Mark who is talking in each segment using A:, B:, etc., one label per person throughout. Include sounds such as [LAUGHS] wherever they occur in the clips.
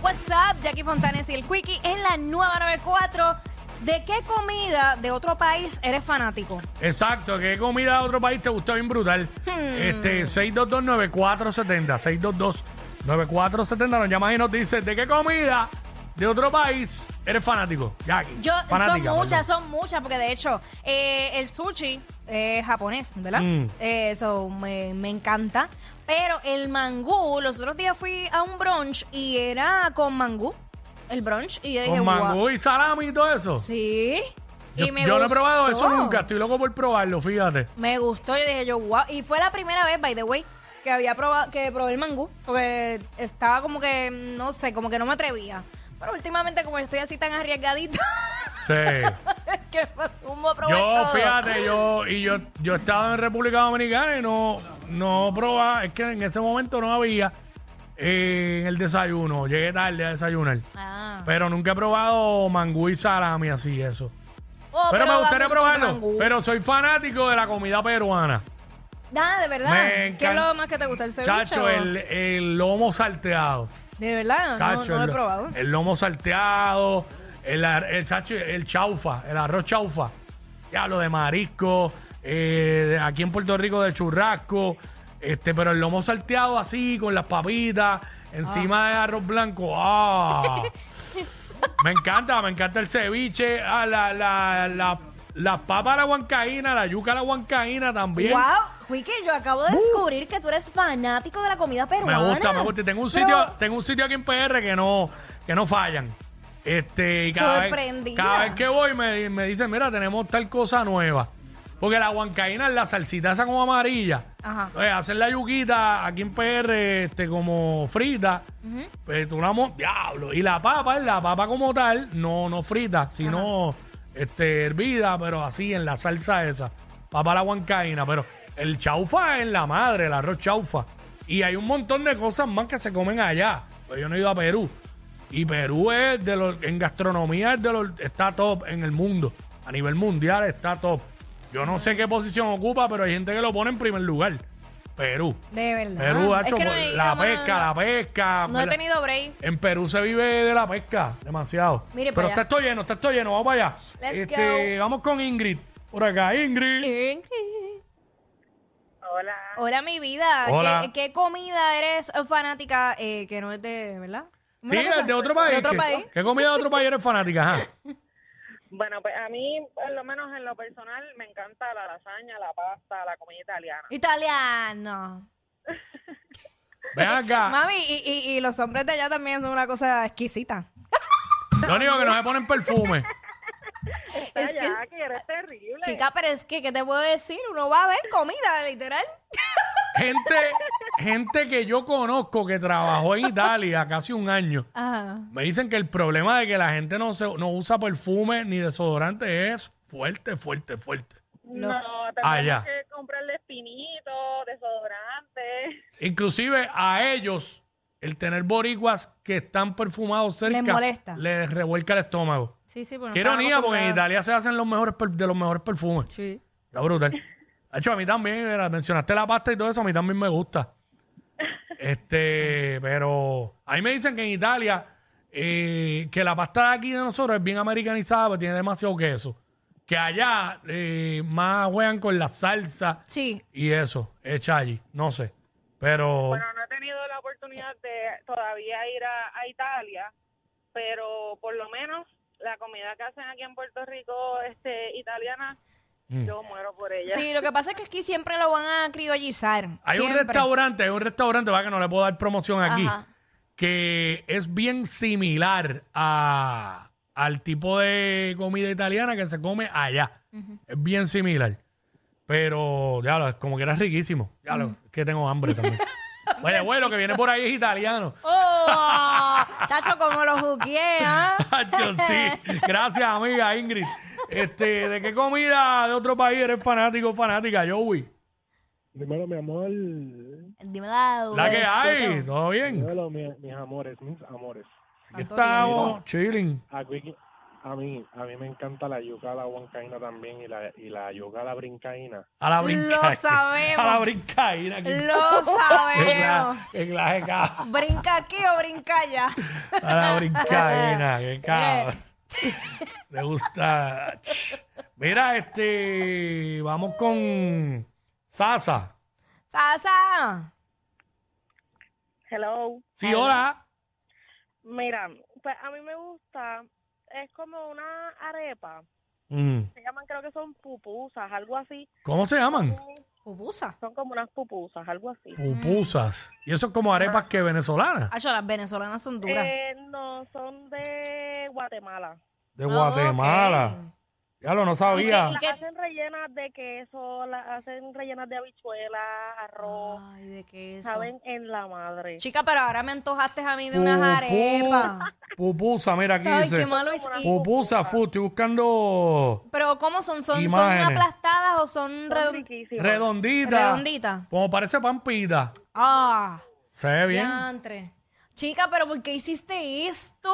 A: What's up, Jackie Fontanes y el Quickie en la nueva 94. ¿De qué comida de otro país eres fanático?
B: Exacto, que comida de otro país te gustó bien brutal.
A: Hmm.
B: Este, 6229470, 622-9470, nos llamas y nos dices de qué comida de otro país eres fanático. Jackie,
A: Yo, son
B: fanática,
A: muchas,
B: perdón.
A: son muchas, porque de hecho, eh, el sushi es japonés, ¿verdad?
B: Mm.
A: Eh, Eso me, me encanta. Pero el mangú, los otros días fui a un brunch y era con mangú, el brunch, y yo dije,
B: Con
A: "Guau".
B: mangú y salami y todo eso.
A: Sí.
B: Yo,
A: y me
B: yo no he probado eso
A: gustó.
B: nunca, estoy loco por probarlo, fíjate.
A: Me gustó y dije yo, wow. Y fue la primera vez, by the way, que había probado, que probé el mangú. Porque estaba como que, no sé, como que no me atrevía. Pero últimamente, como estoy así tan arriesgadita, [LAUGHS]
B: Sí.
A: que me sumo a probar
B: Yo,
A: todo.
B: fíjate, yo y yo, yo estaba en República Dominicana y no, no probaba, es que en ese momento no había eh, en el desayuno, llegué tarde a desayunar.
A: Ah.
B: Pero nunca he probado mangú y salami así eso.
A: Oh,
B: pero me
A: dame
B: gustaría
A: un
B: probarlo.
A: mangú.
B: Pero soy fanático de la comida peruana.
A: Nada, de verdad.
B: Me
A: ¿Qué es
B: encanta.
A: lo más que te gusta el ceviche? o-
B: Chacho, el, el lomo salteado.
A: De verdad, no-
B: Chacho,
A: no, lo
B: el,
A: he probado.
B: el lomo salteado, el, ar- el, chacho, el chaufa, el arroz chaufa. Ya lo de marisco, eh, de- aquí en Puerto Rico de churrasco, este, pero el lomo salteado así, con las papitas, encima del arroz blanco.
A: [LAUGHS]
B: ¡Ah! me encanta, me encanta el ceviche, ah, la, la, la- las papas a la huancaína, la yuca a la huancaína también.
A: Wow, Wiki, yo acabo de descubrir que tú eres fanático de la comida
B: Uh. Me
A: peruana.
B: gusta, me gusta. Y tengo un
A: Pero-
B: sitio, tengo un sitio aquí en PR que no, que no fallan. Este, y cada vez,
A: Sorprendida.
B: cada vez que voy me, di- me dicen, mira, tenemos tal cosa nueva. Porque la huancaína es la salsita esa como amarilla.
A: Ajá.
B: Entonces, hacen la yuquita aquí en PR este, como frita. Pues, tú la mo- diablo. Y la papa es la papa como tal, no, no frita, sino este, hervida, pero así en la salsa esa. Papa a la huancaína. Pero el chaufa es la madre, el arroz chaufa. Y hay un montón de cosas más que se comen allá. Pues yo no he ido a Perú. Y Perú es de los, en gastronomía es de los, está top en el mundo. A nivel mundial está top. Yo no sé qué posición ocupa, pero hay gente que lo pone en primer lugar. Perú.
A: De verdad.
B: Perú,
A: Ah, Es
B: hacho,
A: que no he ido,
B: la
A: mano.
B: pesca, la pesca.
A: No he tenido break.
B: En Perú se vive de la pesca, demasiado.
A: Mire para
B: pero
A: allá.
B: está todo lleno, está todo lleno, vamos para allá.
A: Let's
B: Este, Vamos con Ingrid. Por acá, Ingrid.
C: Hola.
A: Hola, mi vida.
B: Hola.
A: ¿Qué, qué comida eres fanática eh, que no es de, ¿verdad?
B: Sí,
A: Una cosa-
B: es de otro país.
A: De otro
B: ¿Qué-
A: país.
B: ¿Qué comida de otro país eres fanática? Ajá.
C: Bueno, pues a mí, por lo menos en lo personal, me encanta la lasaña, la pasta, la comida italiana.
A: Italiano. [LAUGHS]
B: Ven acá.
A: Mami, y, y- y los hombres de allá también son una cosa exquisita.
B: Lo único que no se ponen perfume.
A: Es que-
C: ya, Ah, que eres terrible.
A: Chica, pero es que, ¿qué te puedo decir? Uno va a ver comida, literal.
B: Gente, gente que yo conozco que trabajó en Italia casi un año.
A: Ajá.
B: Me dicen que el problema de que la gente no, se, no usa perfume ni desodorante es fuerte, fuerte, fuerte.
C: No,
B: Ah, ya.
C: tenemos que comprarle espinito,
B: [LAUGHS]
C: desodorante.
B: Inclusive a ellos, el tener boricuas que están perfumados cerca
A: Les molesta.
B: les revuelca el estómago.
A: Sí, sí, bueno.
B: Qué ironía, porque en Italia se hacen los mejores per- de los mejores perfumes.
A: Sí.
B: Está brutal. De hecho, a mí también, era- mencionaste la pasta y todo eso, a mí también me gusta. Este, pero a mí me dicen que en Italia, eh, que la pasta de aquí de nosotros es bien americanizada, pero tiene demasiado queso. Que allá eh, más juegan con la salsa
A: Sí.
B: y eso, hecha allí, no sé. Pero
C: Bueno, no he tenido la oportunidad de todavía ir a, a Italia, pero por lo menos la comida que hacen aquí en Puerto Rico este, italiana,
B: Mm.
C: yo muero por ella.
A: Sí, lo que pasa es que aquí siempre lo van a criollizar.
B: Hay un
A: siempre.
B: restaurante, hay un restaurante, va que no le puedo dar promoción aquí,
A: Ajá.
B: que es bien similar a, al tipo de comida italiana que se come allá. Es bien similar. Pero, ya lo, como que era riquísimo. Ya lo, es que tengo hambre
A: [LAUGHS]
B: también. bueno, bueno, lo que viene por ahí es italiano. [LAUGHS]
A: ¡Oh! Chacho, como lo juqueé, ¿ah?
B: Yo sí. Gracias, amiga Ingrid. Este, ¿de qué comida de otro país eres fanático o fanática, Joey?
D: Primero, mi amor,
A: Dime la,
B: La que hay, ¿todo bien?
D: primero mi- mis amores, mis amores.
B: Aquí estamos chilling.
D: Aquí, a mí, a mí me encanta la yuca a la huancaína también y la, y la yuca a la brincaína.
B: A la
A: Lo
B: brincaína. [LAUGHS]
A: sabemos.
B: A la brincaína. aquí.
A: Lo
B: En la, [LAUGHS]
A: sabemos.
B: en la jeca.
A: Brinca aquí o brinca allá.
B: A
A: [LAUGHS]
B: la brincaína.
A: Eh.
B: Qué cabrón. Me gusta. Mira, este. Vamos con Sasa.
A: Sasa.
C: Hello.
B: Sí, hola.
C: Mira, pues a mí me gusta, es como una arepa,
B: Mm.
C: se llaman creo que son pupusas, algo así.
B: ¿Cómo se llaman?
A: Pupusa.
C: Son como unas pupusas, algo así.
B: Pupusas.
A: Mm.
B: Y eso es como arepas que venezolanas.
A: Acho, las venezolanas son duras.
C: Eh, no, son de Guatemala.
A: Oh,
B: De Guatemala. Ya lo no
A: ¿Y qué-
B: sabía.
A: y qué-
C: Las hacen rellenas de queso, las hacen rellenas de habichuela, arroz,
A: Ay, de queso.
C: saben en la madre.
A: Chica, pero ahora me antojaste a mí de unas
B: Pupu-
A: arepas.
B: Pupusa, mira aquí
A: Ay, qué
B: dice.
A: malo es. y-
B: Pupusa, fu, estoy buscando
A: pero ¿cómo son? ¿Son, son
B: Imágenes.
A: aplastadas o son,
C: Son
A: redon-
C: riquísimas.
B: redondita.
A: redonditas?
B: Como parece pampita.
A: Ah,
B: Se ve bien.
A: diantre. Chica, pero ¿por qué hiciste esto?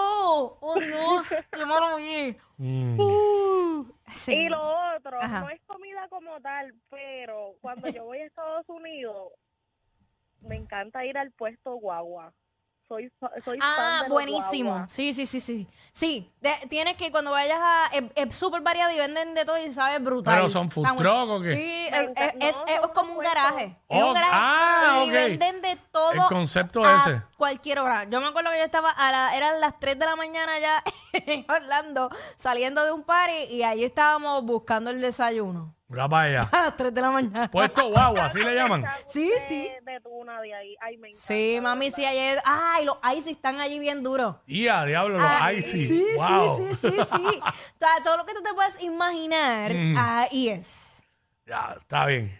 A: Oh,
B: [LAUGHS]
A: Dios, qué malo es.
B: Mm.
A: Sí.
C: Y lo otro,
A: Ajá.
C: no es comida como tal, pero cuando yo voy a Estados Unidos, me encanta ir al puesto guagua. Soy, fa- soy fan
A: Ah,
C: de los
A: buenísimo.
C: guaguas.
A: Sí, sí, sí, sí. Sí, de- tienes que cuando vayas a... Es, es súper variado y venden de todo y sabe brutal.
B: ¿Pero son food
A: Sándwich.
B: truck o qué?
A: Sí,
C: Me
A: es, es-
C: encanta-
A: es-
C: no,
A: es
C: son
A: como un
C: puestos.
A: garaje. Es
B: Oh,
A: un garaje.
B: ah,
A: y
B: ok.
A: venden de todo
B: El concepto
A: a
B: ese.
A: cualquier hora. Yo me acuerdo que yo estaba a la- eran las 3 de la mañana ya [LAUGHS] en Orlando, saliendo de un party y ahí estábamos buscando el desayuno.
B: Mira para allá.
A: [LAUGHS] A las 3 de la mañana.
B: Puesto guagua, así le llaman.
A: Sí,
C: de,
A: sí.
C: De tuna de ahí. Ay, me encanta.
A: Sí, mami, sí, ayer. Ay, los ice están allí bien duros.
B: Y a diablo, los
A: Ah,
B: icy.
A: Sí,
B: wow.
A: sí, sí, sí, sí. [LAUGHS] O sea, todo lo que tú te puedes imaginar,
B: Mm.
A: ahí es.
B: Ya, está
A: [LAUGHS]
B: bien.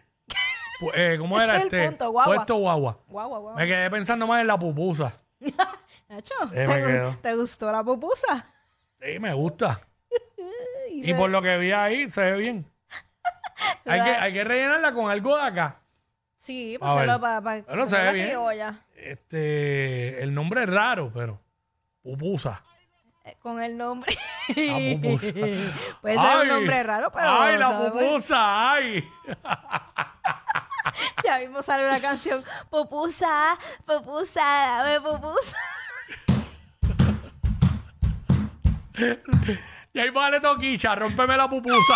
B: Pu- eh, ¿Cómo era
A: Ese es el
B: este?
A: punto, guagua.
B: Puesto guagua.
A: Guau, guau, guau.
B: Me quedé pensando más en la pupusa.
A: [LAUGHS] Nacho,
B: Eh,
A: ¿te,
B: me
A: gu-
B: quedo.
A: te gustó la pupusa?
B: Sí, me gusta.
A: Y
B: Y por lo que vi ahí, se
A: [LAUGHS]
B: ve bien. Hay que, hay que rellenarla con algo de acá.
A: Sí,
B: A ver.
A: pásalo para pa,
B: Bueno, se
A: pa-
B: ve
A: la
B: bien.
A: criolla.
B: Este, el nombre es raro, pero pupusa.
A: Eh, Con el nombre.
B: La
A: [LAUGHS]
B: pupusa.
A: Puede ser
B: Ay,
A: un nombre raro, pero.
B: Ay, la
A: ¿sabes?
B: pupusa, ay.
A: Ya mismo sale una canción. Pupusa, pupusa, dame pupusa.
B: Y ahí vale toquicha, rómpeme la
A: [LAUGHS]
B: pupusa.
E: [LAUGHS]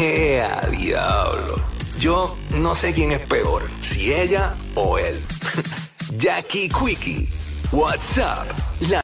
E: ¡Ea, diablo! Yo no sé quién es [LAUGHS] peor, si ella o él. Jackie Quickie, WhatsApp